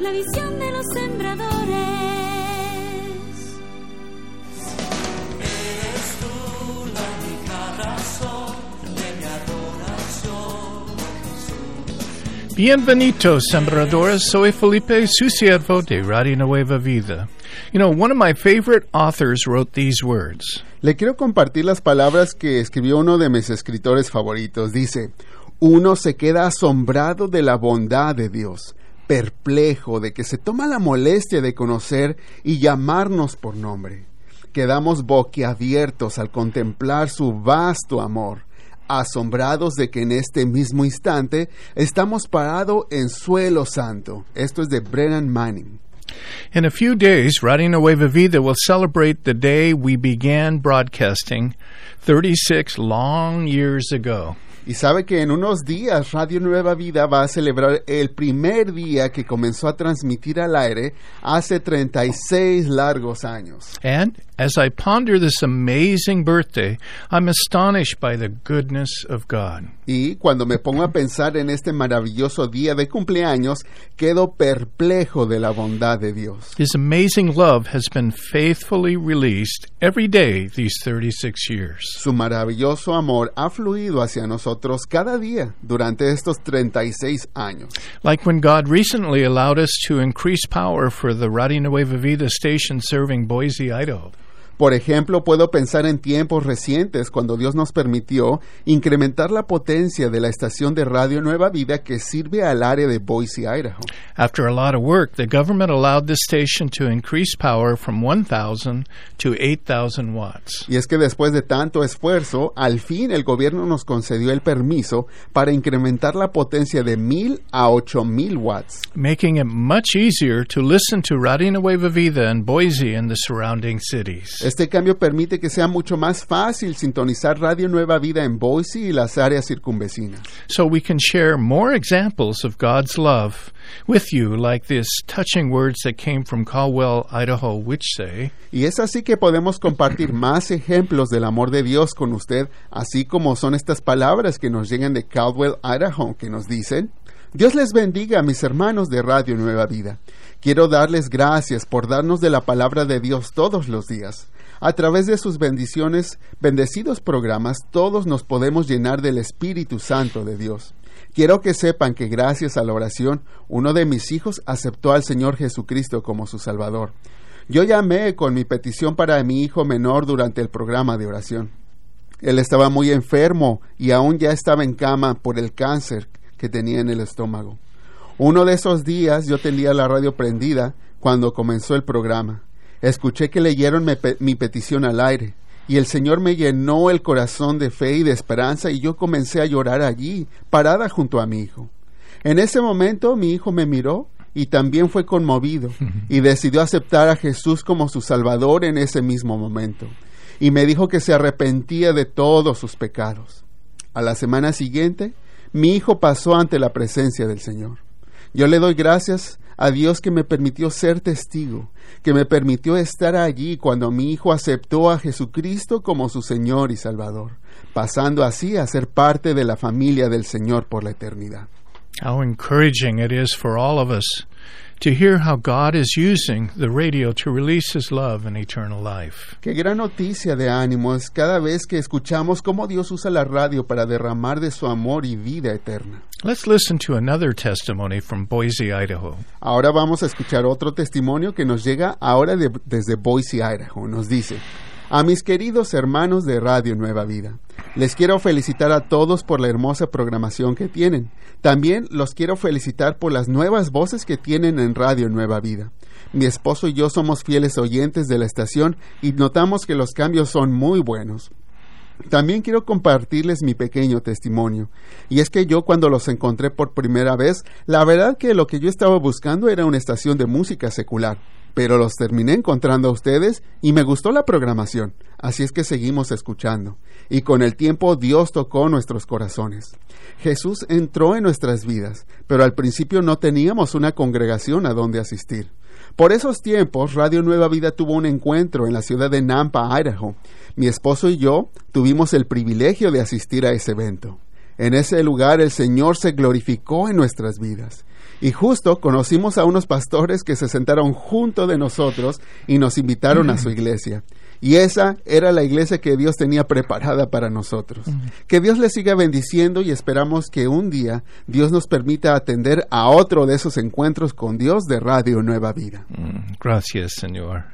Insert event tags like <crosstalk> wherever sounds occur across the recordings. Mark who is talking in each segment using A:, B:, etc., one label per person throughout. A: la visión de los sembradores.
B: Eres tú la única razón de mi adoración,
C: Bienvenidos, sembradores. Soy Felipe, su siervo de Radio Nueva Vida. You know, one of my favorite authors wrote these words.
D: Le quiero compartir las palabras que escribió uno de mis escritores favoritos. Dice, uno se queda asombrado de la bondad de Dios, perplejo de que se toma la molestia de conocer y llamarnos por nombre. Quedamos boquiabiertos al contemplar su vasto amor, asombrados de que en este mismo instante estamos parados en suelo santo. Esto es de Brennan Manning.
C: In a few days, Radio Nueva Vida will celebrate the day we began broadcasting 36 long years ago.
D: Y sabe que en unos días Radio Nueva Vida va a celebrar el primer día que comenzó a transmitir al aire hace 36 largos años.
C: And as I ponder this amazing birthday, I'm astonished by the goodness of God.
D: Y cuando me pongo a pensar en este maravilloso día de cumpleaños, quedo perplejo de la bondad de Dios.
C: His amazing love has been faithfully released every day these 36 years.
D: Su maravilloso amor ha fluido hacia nosotros cada día durante estos 36 años.
C: Like when God recently allowed us to increase power for the Radio Nueva Vida station serving Boise, Idaho.
D: Por ejemplo, puedo pensar en tiempos recientes cuando Dios nos permitió incrementar la potencia de la estación de Radio Nueva Vida que sirve al área de Boise, Idaho.
C: After a lot of work, the government allowed this station to increase power from 1,000 to 8,000 watts.
D: Y es que después de tanto esfuerzo, al fin el gobierno nos concedió el permiso para incrementar la potencia de 1000 a 8000 watts,
C: making it much easier to listen to Radio Nueva Vida and Boise and the surrounding cities.
D: Este cambio permite que sea mucho más fácil sintonizar Radio Nueva Vida en Boise y las áreas circunvecinas.
C: So we can share more examples of God's love with you, like these touching words that came from Caldwell, Idaho, which say,
D: Y es así que podemos compartir más ejemplos del amor de Dios con usted, así como son estas palabras que nos llegan de Caldwell, Idaho, que nos dicen, Dios les bendiga, mis hermanos de Radio Nueva Vida. Quiero darles gracias por darnos de la palabra de Dios todos los días. A través de sus bendiciones, bendecidos programas, todos nos podemos llenar del Espíritu Santo de Dios. Quiero que sepan que gracias a la oración, uno de mis hijos aceptó al Señor Jesucristo como su Salvador. Yo llamé con mi petición para mi hijo menor durante el programa de oración. Él estaba muy enfermo y aún ya estaba en cama por el cáncer que tenía en el estómago. Uno de esos días yo tenía la radio prendida cuando comenzó el programa. Escuché que leyeron me- pe- mi petición al aire y el Señor me llenó el corazón de fe y de esperanza y yo comencé a llorar allí, parada junto a mi hijo. En ese momento mi hijo me miró y también fue conmovido y decidió aceptar a Jesús como su Salvador en ese mismo momento. Y me dijo que se arrepentía de todos sus pecados. A la semana siguiente, mi hijo pasó ante la presencia del Señor. Yo le doy gracias a Dios que me permitió ser testigo, que me permitió estar allí cuando mi hijo aceptó a Jesucristo como su Señor y Salvador, pasando así a ser parte de la familia del Señor por la eternidad.
C: How encouraging it is for all of us to hear how God is using the radio to release His love and eternal life.
D: Qué gran noticia de ánimo es cada vez que escuchamos cómo Dios usa la radio para derramar de su amor y vida eterna.
C: Let's listen to another testimony from Boise, Idaho.
D: Ahora vamos a escuchar otro testimonio que nos llega ahora de- desde Boise, Idaho. Nos dice, a mis queridos hermanos de Radio Nueva Vida, les quiero felicitar a todos por la hermosa programación que tienen. También los quiero felicitar por las nuevas voces que tienen en Radio Nueva Vida. Mi esposo y yo somos fieles oyentes de la estación y notamos que los cambios son muy buenos. También quiero compartirles mi pequeño testimonio. Y es que yo cuando los encontré por primera vez, la verdad que lo que yo estaba buscando era una estación de música secular. Pero los terminé encontrando a ustedes y me gustó la programación. Así es que seguimos escuchando. Y con el tiempo Dios tocó nuestros corazones. Jesús entró en nuestras vidas, pero al principio no teníamos una congregación a donde asistir. Por esos tiempos, Radio Nueva Vida tuvo un encuentro en la ciudad de Nampa, Idaho. Mi esposo y yo tuvimos el privilegio de asistir a ese evento. En ese lugar el Señor se glorificó en nuestras vidas. Y justo conocimos a unos pastores que se sentaron junto de nosotros y nos invitaron a su iglesia. Y esa era la iglesia que Dios tenía preparada para nosotros. Que Dios les siga bendiciendo y esperamos que un día Dios nos permita atender a otro de esos encuentros con Dios de Radio Nueva Vida.
C: Mm, Gracias, Senor.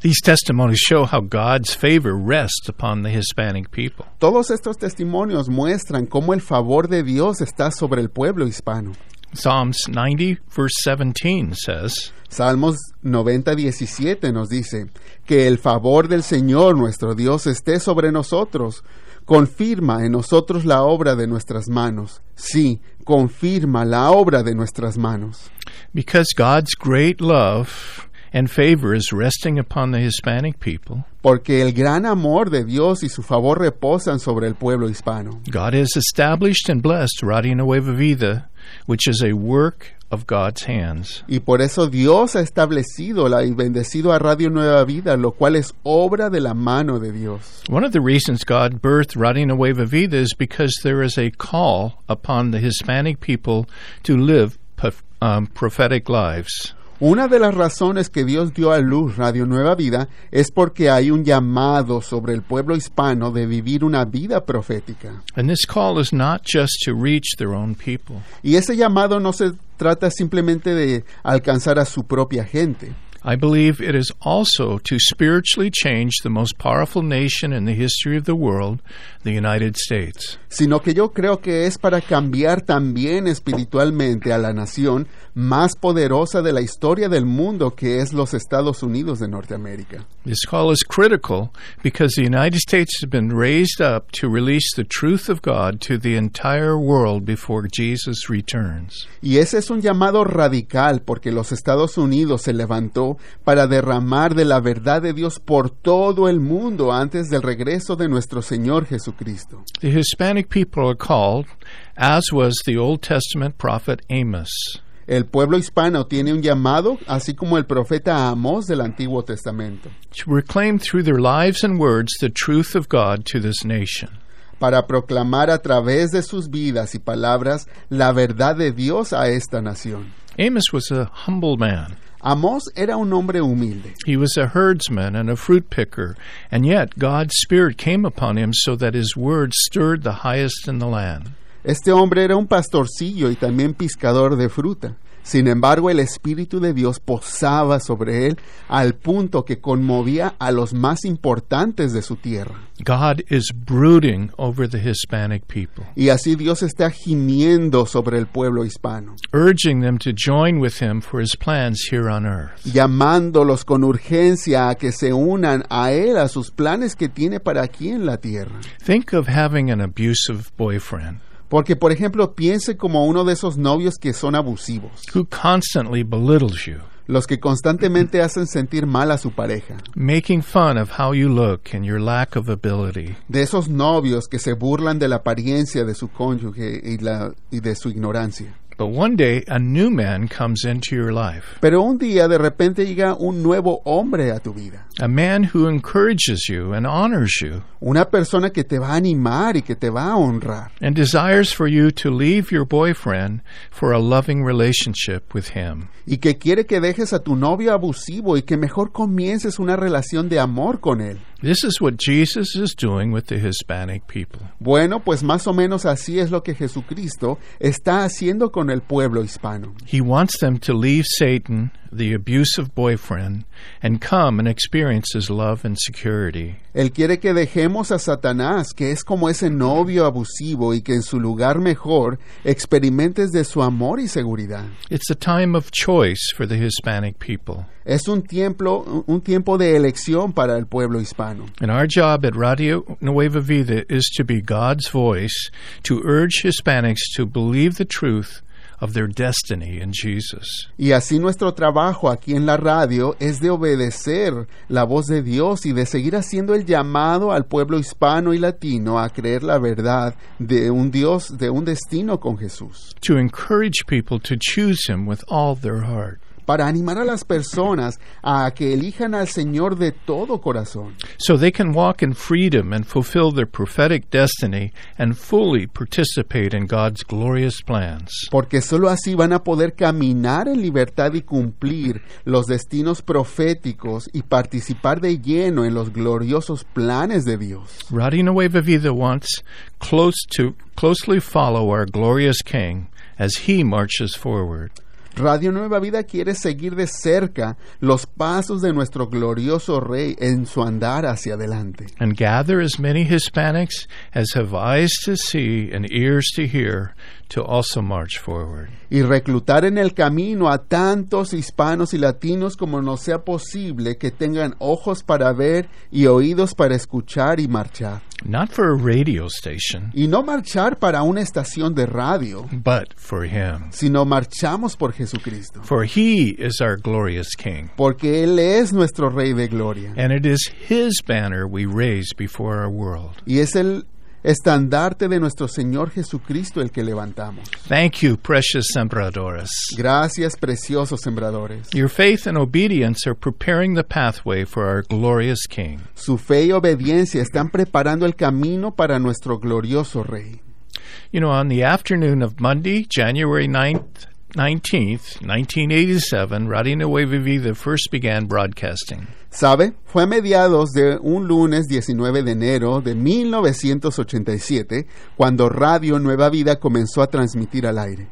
C: These testimonies show how God's favor rests upon the Hispanic people.
D: Todos estos testimonios muestran cómo el favor de Dios está sobre el pueblo hispano.
C: Psalms 90, verse 17 says,
D: Salmos 90, 17 nos dice, que el favor del Señor nuestro Dios esté sobre nosotros, confirma en nosotros la obra de nuestras manos. Sí, confirma la obra de nuestras manos.
C: Because God's great love and favor is resting upon the Hispanic people,
D: Porque el gran amor de Dios y su favor reposan sobre el pueblo hispano.
C: God has established and blessed Radio Nueva Vida, which is a work of God's hands.
D: Y por eso Dios ha establecido la, y bendecido a Radio Nueva Vida, lo cual es obra de la mano de Dios.
C: One of the reasons God birthed Radio Nueva Vida is because there is a call upon the Hispanic people to live prof- um, prophetic lives.
D: Una de las razones que Dios dio a luz Radio Nueva Vida es porque hay un llamado sobre el pueblo hispano de vivir una vida profética.
C: And this call is not just to reach their own people.
D: Y ese llamado no se trata simplemente de alcanzar a su propia gente.
C: I believe it is also to spiritually change the most powerful nation in the history of the world, the United States.
D: sino que yo creo que es para cambiar también espiritualmente a la nación más poderosa de la historia del mundo que es los Estados Unidos de Norteamérica.
C: This call is critical because the United States has been raised up to release the truth of God to the entire world before Jesus returns.
D: Y ese es un llamado radical porque los Estados Unidos se levantó para derramar de la verdad de Dios por todo el mundo antes del regreso de nuestro Señor Jesucristo.
C: The Hispanic people are called, as was the Old Testament prophet Amos.
D: El pueblo hispano tiene un llamado, así como el profeta Amós del Antiguo Testamento.
C: To proclaim through their lives and words the truth of God to this nation.
D: para proclamar a través de sus vidas y palabras la verdad de Dios a esta nación.
C: Amos was a humble man.
D: Amós era un hombre humilde.
C: He was a herdsman and a fruit picker, and yet God's Spirit came upon him so that his words stirred the highest in the land.
D: Este hombre era un pastorcillo y también pescador de fruta. Sin embargo, el Espíritu de Dios posaba sobre él al punto que conmovía a los más importantes de su tierra.
C: God is brooding over the Hispanic people,
D: Y así Dios está gimiendo sobre el pueblo hispano,
C: urging them to join with him for his plans here on earth.
D: llamándolos con urgencia a que se unan a él, a sus planes que tiene para aquí en la tierra.
C: Think of having an abusive boyfriend
D: Porque, por ejemplo, piense como uno de esos novios que son abusivos,
C: who constantly belittles you,
D: los que constantemente hacen sentir mal a su pareja,
C: making fun of how you look and your lack of ability.
D: de esos novios que se burlan de la apariencia de su cónyuge y, la- y de su ignorancia.
C: But one day, a new man comes into your life,
D: Pero un día de repente llega un nuevo hombre a tu vida,
C: a man who encourages you and honors you.
D: una persona que te va a animar y que te va a honrar,
C: and desires for you to leave your boyfriend for a loving relationship with him.
D: y que quiere que dejes a tu novio abusivo y que mejor comiences una relación de amor con él.
C: This is what Jesus is doing with the Hispanic people.
D: Bueno, pues más o menos así es lo que Jesucristo está haciendo con el pueblo hispano.
C: He wants them to leave Satan, the abusive boyfriend, and come and experience his love and security.
D: Él quiere que dejemos a Satanás, que es como ese novio abusivo y que en su lugar mejor experimentes de su amor y seguridad.
C: It's a time of choice for the Hispanic people.
D: Es un tiempo, un tiempo de elección para el pueblo hispano.
C: And our job at Radio Nueva Vida is to be God's voice to urge Hispanics to believe the truth of their destiny in Jesus.
D: Y así nuestro trabajo aquí en la radio es de obedecer la voz de Dios y de seguir haciendo el llamado al pueblo hispano y latino a creer la verdad de un Dios, de un destino con Jesús.
C: to encourage people to choose him with all their heart.
D: para animar a las personas a que elijan al Señor de todo corazón.
C: so they can walk in freedom and fulfill their prophetic destiny and fully participate in God's glorious plans.
D: porque sólo así van a poder caminar en libertad y cumplir los destinos proféticos y participar de lleno en los gloriosos planes de Dios.
C: Radio Nueva Vida wants close to closely follow our glorious King as he marches forward.
D: Radio Nueva Vida quiere seguir de cerca los pasos de nuestro glorioso Rey en su andar hacia adelante
C: and gather as many Hispanics as have eyes to see and ears to hear to also march forward.
D: y reclutar en el camino a tantos hispanos y latinos como nos sea posible que tengan ojos para ver y oídos para escuchar y marchar.
C: Not for a radio station,
D: Y no marchar para una estación de radio,
C: but for Him.
D: sino marchamos por Jesucristo,
C: For He is our glorious King,
D: porque Él es nuestro Rey de Gloria
C: and it is His banner we raise before our world.
D: y es el estandarte de nuestro Señor Jesucristo el que levantamos.
C: Thank you, precious Sembradores.
D: Gracias, preciosos sembradores.
C: Your faith and obedience are preparing the pathway for our glorious King.
D: Su fe y obediencia están preparando el camino para nuestro glorioso Rey.
C: You know, on the afternoon of Monday, January 9th, 19th, 1987, Radio Nueva Vida first began broadcasting.
D: ¿Sabe? Fue a mediados de un lunes 19 de enero de 1987 cuando Radio Nueva Vida comenzó a transmitir al aire.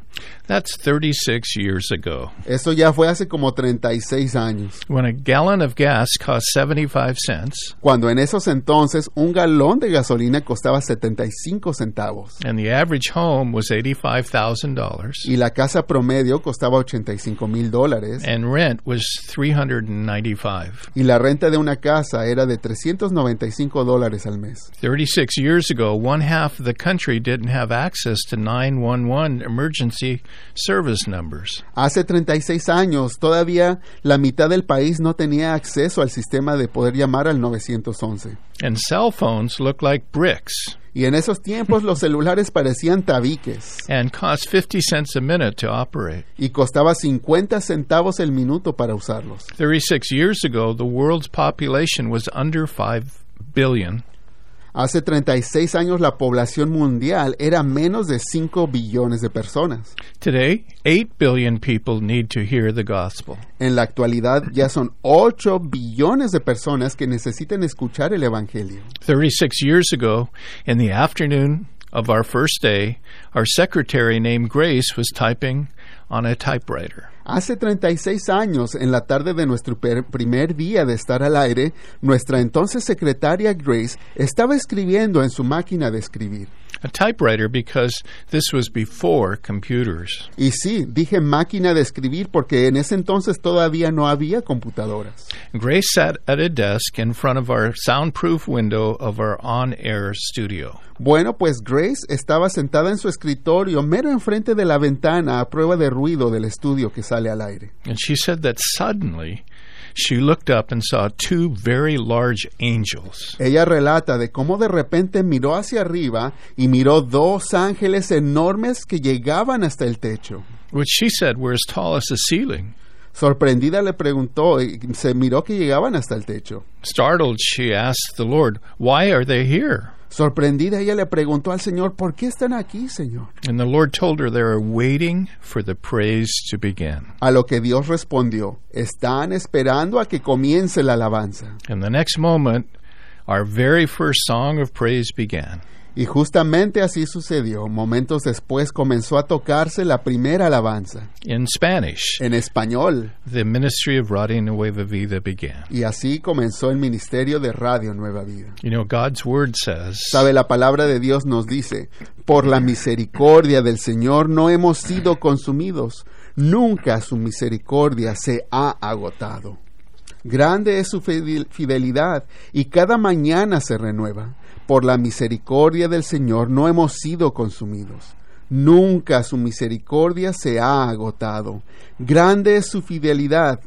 C: That's 36 years ago,
D: Eso ya fue hace como 36 años.
C: when a gallon of gas cost 75 cents
D: cuando en esos entonces un galón de gasolina costaba 75 centavos
C: and the average home was $85,000
D: y la casa promedio costaba 85 mil dólares
C: and rent was 395.
D: y la renta de una casa era de 395 dólares al mes.
C: 36 years ago, one half of the country didn't have access to 911 emergency service numbers.
D: Hace 36 años todavía la mitad del país no tenía acceso al sistema de poder llamar al 911.
C: And cell phones looked like bricks
D: Y en esos tiempos los celulares parecían tabiques
C: and cost 50 cents a minute to operate.
D: y costaba 50 centavos el minuto para usarlos.
C: 36 years ago, the world's population was under 5 billion,
D: Hace 36 años la población mundial era menos de 5 billones de personas.
C: Today, 8 billion people need to hear the gospel.
D: En la actualidad ya son 8 billones de personas que necesitan escuchar el Evangelio.
C: 36 years ago, in the afternoon of our first day, our secretary named Grace was typing on a typewriter.
D: Hace 36 años, en la tarde de nuestro per- primer día de estar al aire, nuestra entonces secretaria Grace estaba escribiendo en su máquina de escribir.
C: A typewriter because this was before computers.
D: Y sí, dije máquina de escribir porque en ese entonces todavía no había computadoras.
C: Grace sat at a desk in front of our soundproof window of our on air studio.
D: Bueno, pues Grace estaba sentada en su escritorio, mero enfrente de la ventana, a prueba de ruido del estudio que sale al aire.
C: And she said that suddenly she looked up and saw two very large angels.
D: Ella relata de cómo de repente miró hacia arriba y miró dos ángeles enormes que llegaban hasta el techo.
C: which she said were as tall as the ceiling.
D: Sorprendida le preguntó y se miró que llegaban hasta el techo.
C: Startled, she asked the Lord, Why are they here?
D: Sorprendida ella le preguntó al Señor, ¿por qué están aquí, Señor?
C: And the Lord told her they are waiting for the praise to begin.
D: A lo que Dios respondió, están esperando a que comience la alabanza.
C: And the next moment, our very first song of praise began.
D: Y justamente así sucedió. Momentos después comenzó a tocarse la primera alabanza
C: In Spanish,
D: en español
C: the ministry of Radio Nueva Vida began.
D: y así comenzó el ministerio de Radio Nueva Vida.
C: You know, God's word says,
D: Sabe, la palabra de Dios nos dice, por la misericordia del Señor no hemos sido consumidos, nunca su misericordia se ha agotado. Grande es su fidel- fidelidad y cada mañana se renueva. Por la misericordia del Señor no hemos sido consumidos. Nunca su misericordia se ha agotado. Grande es su fidelidad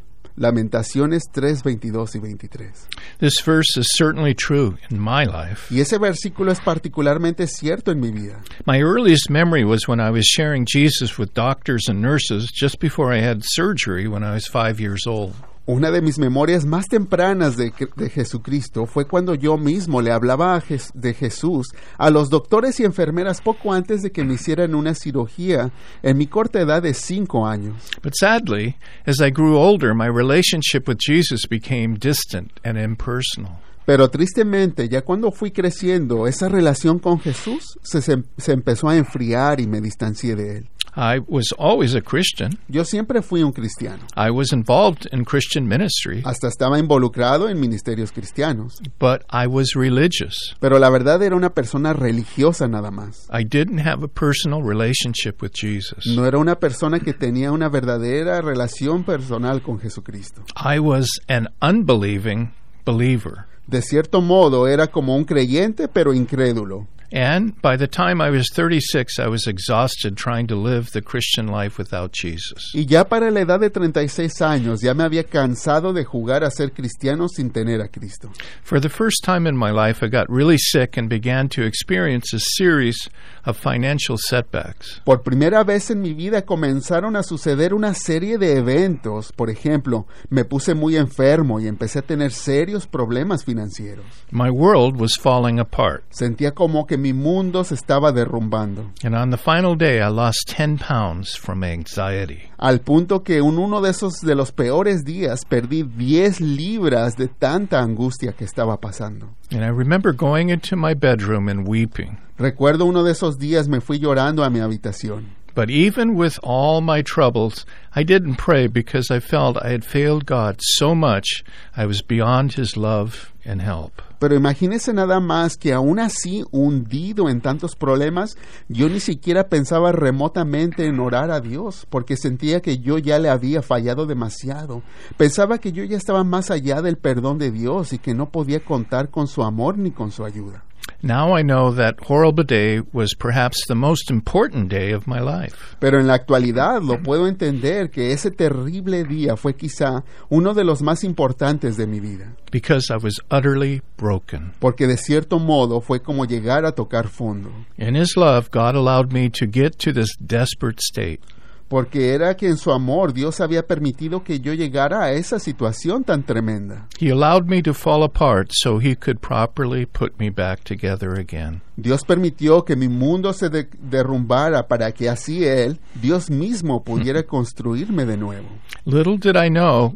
D: Lamentaciones 3, 22 y 23.
C: This verse is certainly true in my life.
D: Y ese versículo es particularmente cierto en mi vida.
C: My earliest memory was when I was sharing Jesus with doctors and nurses just before I had surgery when I was five years old.
D: Una de mis memorias más tempranas de, de Jesucristo fue cuando yo mismo le hablaba a Jes- de Jesús a los doctores y enfermeras poco antes de que me hicieran una cirugía en mi corta edad de 5 años.
C: But sadly, as I grew older, my relationship with Jesus became distant and impersonal.
D: Pero tristemente, ya cuando fui creciendo, esa relación con Jesús se, se- em-, se empezó a enfriar y me distancié de él.
C: I was always a Christian.
D: Yo siempre fui un cristiano.
C: I was involved in Christian ministry,
D: Hasta estaba involucrado en ministerios cristianos.
C: but I was religious.
D: Pero la verdad era una persona religiosa nada más.
C: I didn't have a personal relationship with Jesus.
D: No era una persona que tenía una verdadera relación personal con Jesucristo.
C: I was an unbelieving believer.
D: De cierto modo, era como un creyente, pero incrédulo.
C: And by the time I was 36, I was exhausted trying to live the Christian life without Jesus.
D: Y ya para la edad de 36 años, ya me había cansado de jugar a ser cristiano sin tener a Cristo.
C: For the first time in my life, I got really sick and began to experience a series of financial setbacks.
D: Por primera vez en mi vida comenzaron a suceder una serie de eventos. Por ejemplo, me puse muy enfermo y empecé a tener serios problemas financieros.
C: My world was falling apart,
D: Sentía como que mi mundo se estaba derrumbando,
C: and on the final day, I lost 10 pounds from anxiety.
D: al punto que en uno de esos de los peores días perdí 10 libras de tanta angustia que estaba pasando.
C: And I remember going into my bedroom and weeping.
D: Recuerdo uno de esos días me fui llorando a mi habitación.
C: But even with all my troubles, I didn't pray because I felt I had failed God so much I was beyond His love and help.
D: Pero imagínese nada más que aún así, hundido en tantos problemas, yo ni siquiera pensaba remotamente en orar a Dios, porque sentía que yo ya le había fallado demasiado. Pensaba que yo ya estaba más allá del perdón de Dios y que no podía contar con su amor ni con su ayuda.
C: Now I know that horrible day was perhaps the most important day of my life.
D: Pero en la actualidad lo puedo entender que ese terrible día fue quizá uno de los más importantes de mi vida,
C: because I was utterly broken.
D: porque de cierto modo fue como llegar a tocar fondo.
C: In His love, God allowed me to get to this desperate state.
D: porque era que en su amor Dios había permitido que yo llegara a esa situación tan tremenda.
C: He allowed me to fall apart so He could properly put me back together again.
D: Dios permitió que mi mundo se de- derrumbara para que así Él, Dios mismo, pudiera construirme de nuevo.
C: Little did I know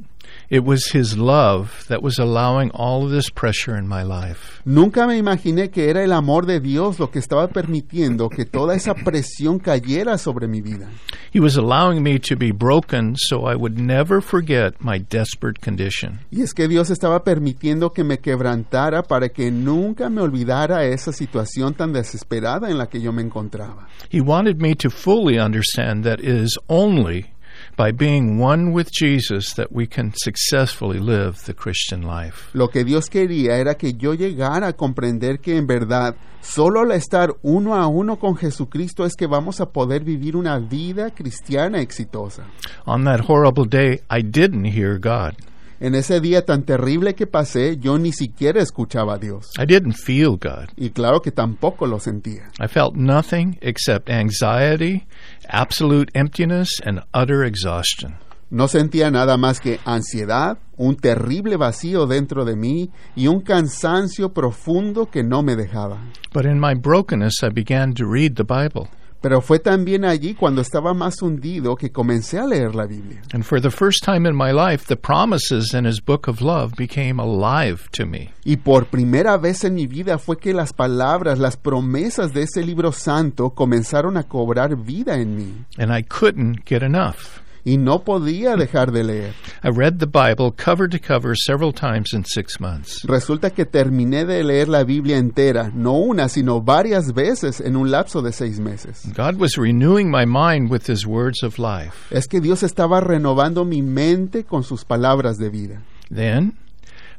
C: it was His love that was allowing all of this pressure in my life.
D: Nunca me imaginé que era el amor de Dios lo que estaba permitiendo que toda esa presión cayera sobre mi vida.
C: He was allowing me to be broken so I would never forget my desperate condition.
D: Y es que Dios estaba permitiendo que me quebrantara para que nunca me olvidara esa situación tan desesperada en la que yo me encontraba.
C: He wanted me to fully understand that it is only by being one with Jesus that we can successfully live the Christian life.
D: Lo que Dios quería era que yo llegara a comprender que en verdad solo al estar uno a uno con Jesucristo es que vamos a poder vivir una vida cristiana exitosa.
C: On that horrible day, I didn't hear God.
D: En ese día tan terrible que pasé, yo ni siquiera escuchaba a Dios.
C: I didn't feel God.
D: Y claro que tampoco lo sentía.
C: I felt nothing except anxiety, absolute emptiness, and utter exhaustion.
D: No sentía nada más que ansiedad, un terrible vacío dentro de mí y un cansancio profundo que no me dejaba.
C: But in my brokenness, I began to read the Bible.
D: Pero fue también allí cuando estaba más hundido que comencé a leer la Biblia.
C: And for the first time in my life, the promises in his book of love became alive to me.
D: Y por primera vez en mi vida fue que las palabras, las promesas de ese libro santo comenzaron a cobrar vida en mí.
C: And I couldn't get enough.
D: Y no podía dejar de leer.
C: I read the Bible cover to cover several times in six months.
D: Resulta que terminé de leer la Biblia entera, no una, sino varias veces en un lapso de seis meses.
C: God was renewing my mind with his words of life.
D: Es que Dios estaba renovando mi mente con sus palabras de vida.
C: Then,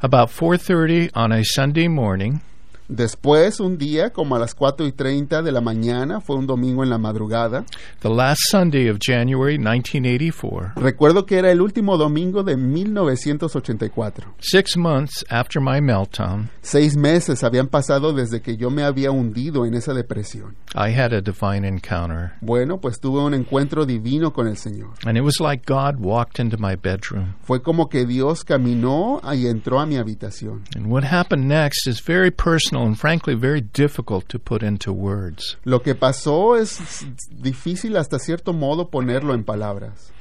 C: about 4:30 on a Sunday morning,
D: Después, un día, como a las 4 y 30 de la mañana, fue un domingo en la madrugada.
C: The last Sunday of January 1984,
D: Recuerdo que era el último domingo de 1984.
C: six months after my meltdown,
D: Seis meses habían pasado desde que yo me había hundido en esa depresión.
C: I had a divine encounter.
D: Bueno, pues tuve un encuentro divino con el Señor.
C: And it was like God walked into my bedroom.
D: Fue como que Dios caminó y entró a mi habitación.
C: And what happened next is very personal and frankly very difficult to put into words.
D: Lo que pasó es difícil hasta cierto modo ponerlo en palabras.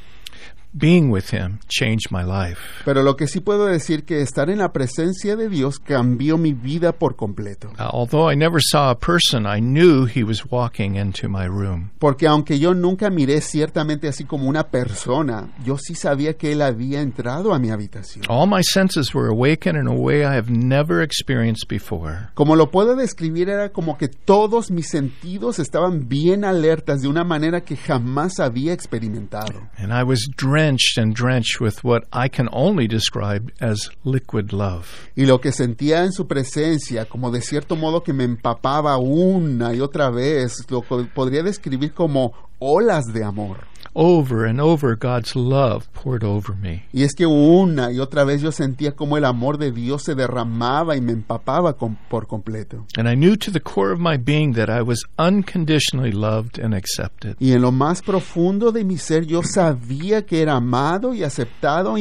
C: Being with Him changed my life.
D: Pero lo que sí puedo decir que estar en la presencia de Dios cambió mi vida por completo.
C: Uh, Although I never saw a person, I knew He was walking into my room.
D: Porque aunque yo nunca miré ciertamente así como una persona, yo sí sabía que Él había entrado a mi habitación.
C: All my senses were awakened in a way I have never experienced before.
D: Como lo puedo describir, era como que todos mis sentidos estaban bien alertas de una manera que jamás había experimentado.
C: And I was drenched and drenched with what I can only describe as liquid love.
D: Y lo que sentía en su presencia, como de cierto modo que me empapaba una y otra vez, lo co- podría describir como olas de amor.
C: Over and over, God's love poured over me.
D: Y es que una y otra vez yo sentía como el amor de Dios se derramaba y me empapaba con- por completo.
C: And I knew to the core of my being that I was unconditionally loved and accepted.
D: Y en lo más profundo de mi ser yo sabía que era amado y aceptado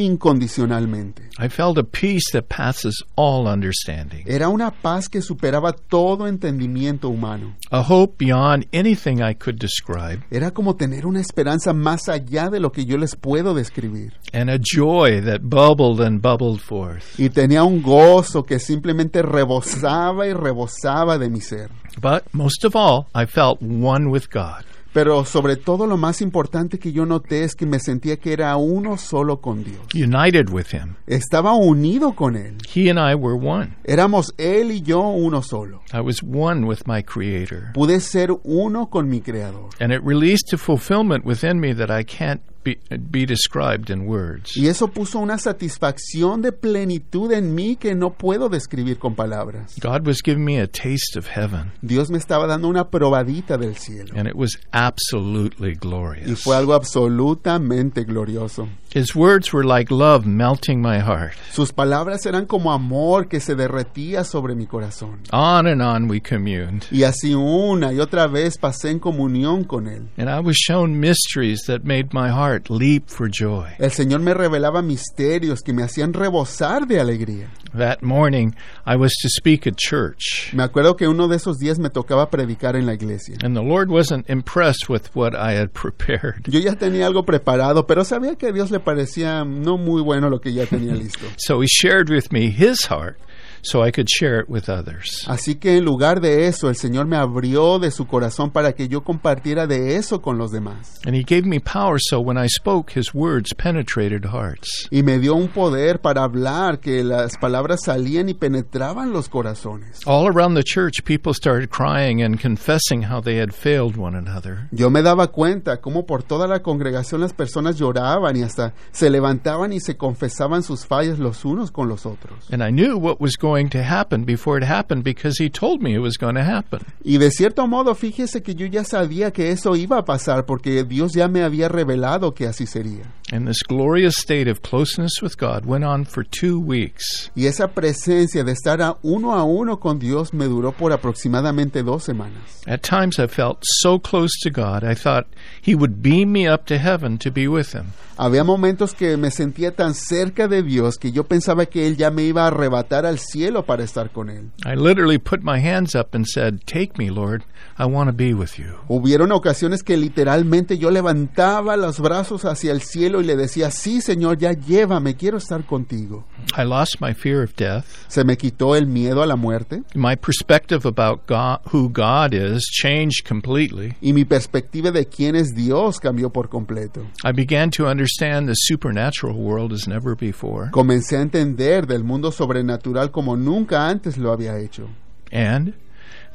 D: incondicionalmente.
C: I felt a peace that passes all understanding,
D: Era una paz que superaba todo entendimiento humano.
C: a hope beyond anything I could describe,
D: Era como tener una esperanza más allá de lo que yo les puedo describir.
C: and a joy that bubbled and bubbled forth.
D: Y tenía un gozo que simplemente rebosaba y rebosaba de mi ser.
C: But most of all, I felt one with God.
D: Pero sobre todo lo más importante que yo noté es que me sentía que era uno solo con Dios.
C: united with him.
D: Estaba unido con Él.
C: He and I were one.
D: Éramos Él y yo uno solo.
C: I was one with my Creator.
D: Pude ser uno con mi Creador.
C: And it released a fulfillment within me that I can't be, be described in words.
D: Y eso puso una satisfacción de plenitud en mí que no puedo describir con palabras.
C: God was giving me a taste of heaven,
D: Dios me estaba dando una probadita del cielo.
C: and it was absolutely
D: Y
C: glorious.
D: fue algo absolutamente glorioso.
C: His words were like love melting my heart.
D: Sus palabras eran como amor que se derretía sobre mi corazón.
C: On and on we communed,
D: Y así una y otra vez pasé en comunión con Él.
C: and I was shown mysteries that made my heart leap for joy.
D: El Señor me revelaba misterios que me hacían rebosar de alegría.
C: That morning, I was to speak at church.
D: Me acuerdo que uno de esos días me tocaba predicar en la iglesia.
C: And the Lord wasn't impressed with what I had <laughs> prepared.
D: Yo ya tenía algo preparado, pero sabía que a Dios le parecía no muy bueno lo que ya tenía listo.
C: So he shared with me his heart so I could share it with others.
D: Así que en lugar de eso, el Señor me abrió de su corazón para que yo compartiera de eso con los demás.
C: And he gave me power so when I spoke, his words penetrated hearts.
D: Y me dio un poder para hablar, que las palabras salían y penetraban los corazones.
C: All around the church, people started crying and confessing how they had failed one another.
D: Yo me daba cuenta cómo por toda la congregación las personas lloraban y hasta se levantaban y se confesaban sus fallas los unos con los otros.
C: And I knew what was going to happen before it happened because he told me it was going to happen.
D: Y de cierto modo, fíjese que yo ya sabía que eso iba a pasar porque Dios ya me había revelado que así sería.
C: And this glorious state of closeness with God went on for two weeks.
D: Y esa presencia de estar a uno a uno con Dios me duró por aproximadamente dos semanas.
C: At times, I felt so close to God, I thought he would beam me up to heaven to be with him.
D: Había momentos que me sentía tan cerca de Dios que yo pensaba que Él ya me iba a arrebatar al cielo para estar con Él.
C: I literally put my hands up and said, Take me, Lord. I want to be with you.
D: Hubieron ocasiones que literalmente yo levantaba los brazos hacia el cielo y le decía, sí Señor, ya llévame, quiero estar contigo.
C: I lost my fear of death.
D: Se me quitó el miedo a la muerte.
C: My perspective about God, who God is changed completely.
D: y mi perspectiva de quién es Dios cambió por completo.
C: I began to understand the supernatural world as never before.
D: Comencé a entender del mundo sobrenatural como nunca antes lo había hecho.
C: And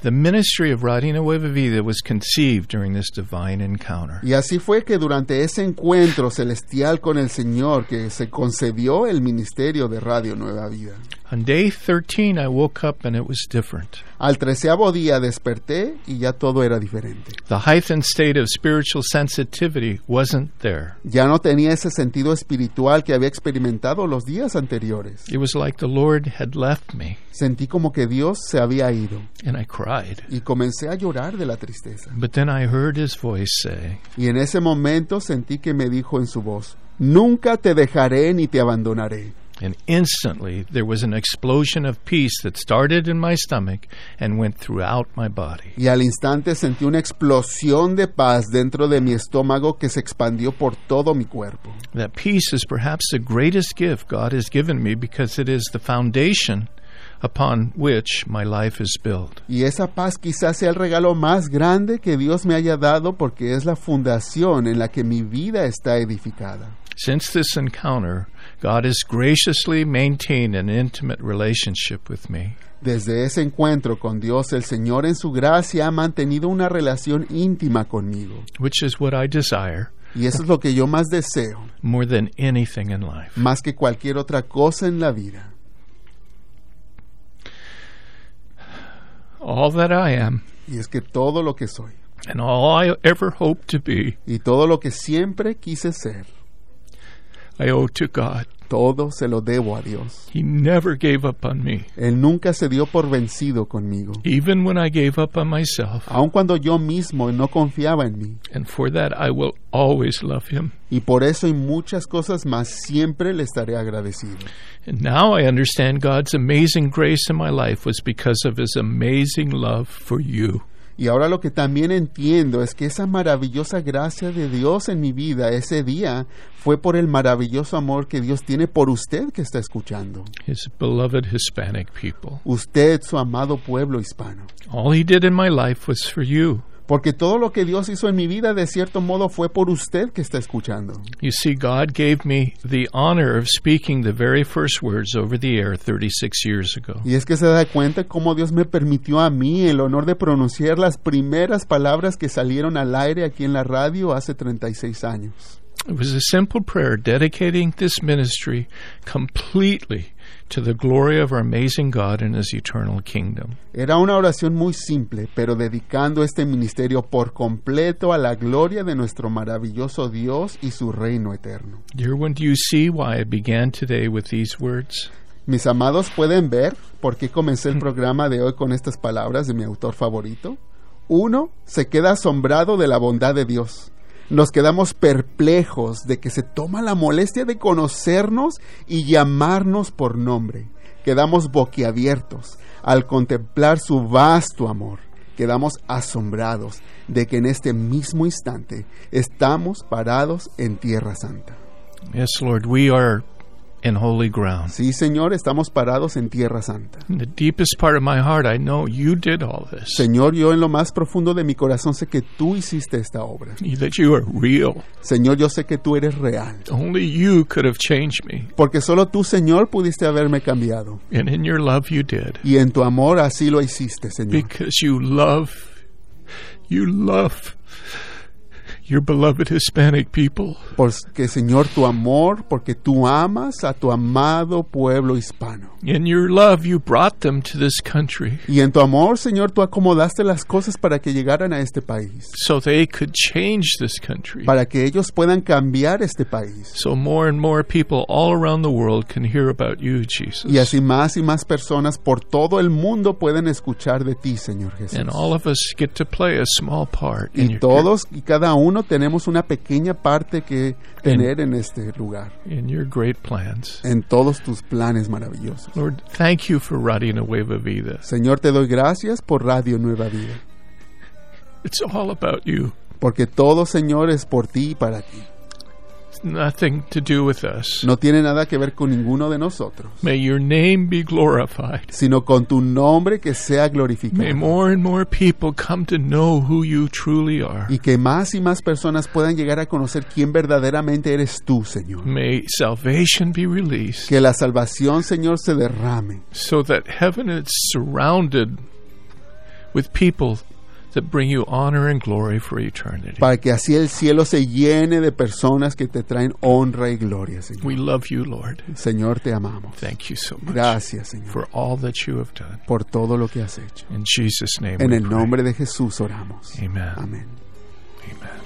C: The ministry of Radio Nueva Vida was conceived during this divine encounter.
D: Y así fue que durante ese encuentro celestial con el Señor que se concedió el ministerio de Radio Nueva Vida.
C: On day 13, I woke up and it was different.
D: Al treceavo día desperté y ya todo era diferente.
C: The heightened state of spiritual sensitivity wasn't there.
D: Ya no tenía ese sentido espiritual que había experimentado los días anteriores.
C: It was like the Lord had left me,
D: Sentí como que Dios se había ido
C: and I cried.
D: y comencé a llorar de la tristeza.
C: But then I heard his voice say,
D: Y en ese momento sentí que me dijo en su voz, Nunca te dejaré ni te abandonaré.
C: and instantly there was an explosion of peace that started in my stomach and went throughout my body.
D: Y al instante sentí una explosión de paz dentro de mi estómago que se expandió por todo mi cuerpo.
C: That peace is perhaps the greatest gift God has given me because it is the foundation upon which my life is built.
D: Y esa paz quizás sea el regalo más grande que Dios me haya dado porque es la fundación en la que mi vida está edificada.
C: Since this encounter, God has graciously maintained an intimate relationship with me.
D: Desde ese encuentro con Dios, el Señor en su gracia ha mantenido una relación íntima conmigo.
C: which is what I desire
D: Y eso es lo que yo más deseo,
C: more than anything in life.
D: más que cualquier otra cosa en la vida.
C: All that I am
D: Y es que todo lo que soy
C: and all I ever hope to be,
D: y todo lo que siempre quise ser,
C: I owe to God.
D: todo se lo debo a Dios.
C: He never gave up on me.
D: Él nunca se dio por vencido conmigo,
C: Even when I gave up on myself,
D: aun cuando yo mismo no confiaba en mí.
C: and for that I will always love him.
D: Y por eso y muchas cosas más siempre le estaré agradecido.
C: And now I understand God's amazing grace in my life was because of his amazing love for you.
D: Y ahora lo que también entiendo es que esa maravillosa gracia de Dios en mi vida ese día fue por el maravilloso amor que Dios tiene por usted que está escuchando.
C: His beloved Hispanic people.
D: Usted, su amado pueblo hispano.
C: All he did in my life was for you.
D: Porque todo lo que Dios hizo en mi vida de cierto modo fue por usted que está escuchando.
C: You see, God gave me the honor of speaking the very first words over the air 36 years ago.
D: Y es que se da cuenta cómo Dios me permitió a mí el honor de pronunciar las primeras palabras que salieron al aire aquí en la radio hace 36 años.
C: It was a simple prayer dedicating this ministry completely to the glory of our amazing God and His eternal kingdom.
D: Era una oración muy simple, pero dedicando este ministerio por completo a la gloria de nuestro maravilloso Dios y su reino eterno.
C: Dear one, do you see why I began today with these words?
D: Mis amados, ¿pueden ver por qué comencé el programa de hoy con estas palabras de mi autor favorito? Uno, se queda asombrado de la bondad de Dios. Nos quedamos perplejos de que se toma la molestia de conocernos y llamarnos por nombre. Quedamos boquiabiertos al contemplar su vasto amor. Quedamos asombrados de que en este mismo instante estamos parados en Tierra Santa.
C: Yes, Lord, we are in holy ground.
D: Sí, Señor, estamos parados en Tierra Santa.
C: In the deepest part of my heart, I know you did all this,
D: Señor, yo en lo más profundo de mi corazón sé que tú hiciste esta obra.
C: that you are real.
D: Señor, yo sé que tú eres real.
C: Only you could have changed me,
D: Porque solo tú, Señor, pudiste haberme cambiado.
C: and in your love, you did.
D: Y en tu amor así lo hiciste, Señor.
C: Because you love, you love your beloved Hispanic people.
D: Porque, Señor, tu amor, porque tú amas a tu amado pueblo hispano.
C: In your love, you brought them to this country
D: Y en tu amor, Señor, tú acomodaste las cosas para que llegaran a este país.
C: so they could change this country.
D: Para que ellos puedan cambiar este país.
C: So more and more people all around the world can hear about you, Jesus.
D: Y así más y más personas por todo el mundo pueden escuchar de ti, Señor Jesús.
C: And all of us get to play a small part in
D: Y
C: your,
D: todos y cada uno tenemos una pequeña parte que tener en este lugar,
C: in your great plans.
D: en todos tus planes maravillosos.
C: Lord, thank you for Radina Nueva Vida.
D: Señor, te doy gracias por Radio Nueva Vida,
C: It's all about you.
D: porque todo, Señor, es por ti y para ti.
C: It's nothing to do with us.
D: No tiene nada que ver con ninguno de nosotros,
C: May your name be glorified.
D: sino con tu nombre que sea
C: May
D: glorificado.
C: more and more people come to know who you truly are.
D: Y que más y más personas puedan llegar a conocer quién verdaderamente eres tú, Señor.
C: May salvation be released
D: Que la salvación, Señor, se derrame,
C: so that heaven is surrounded with people that bring you honor and glory for eternity.
D: para que así el cielo se llene de personas que te traen honra y gloria, Señor.
C: We love you, Lord.
D: Señor, te amamos.
C: Thank you so much
D: Gracias, Señor,
C: for all that you have done.
D: por todo lo que has hecho.
C: In Jesus' name.
D: En
C: we
D: el
C: pray.
D: nombre de Jesús oramos.
C: Amen.
D: Amén.
C: Amen.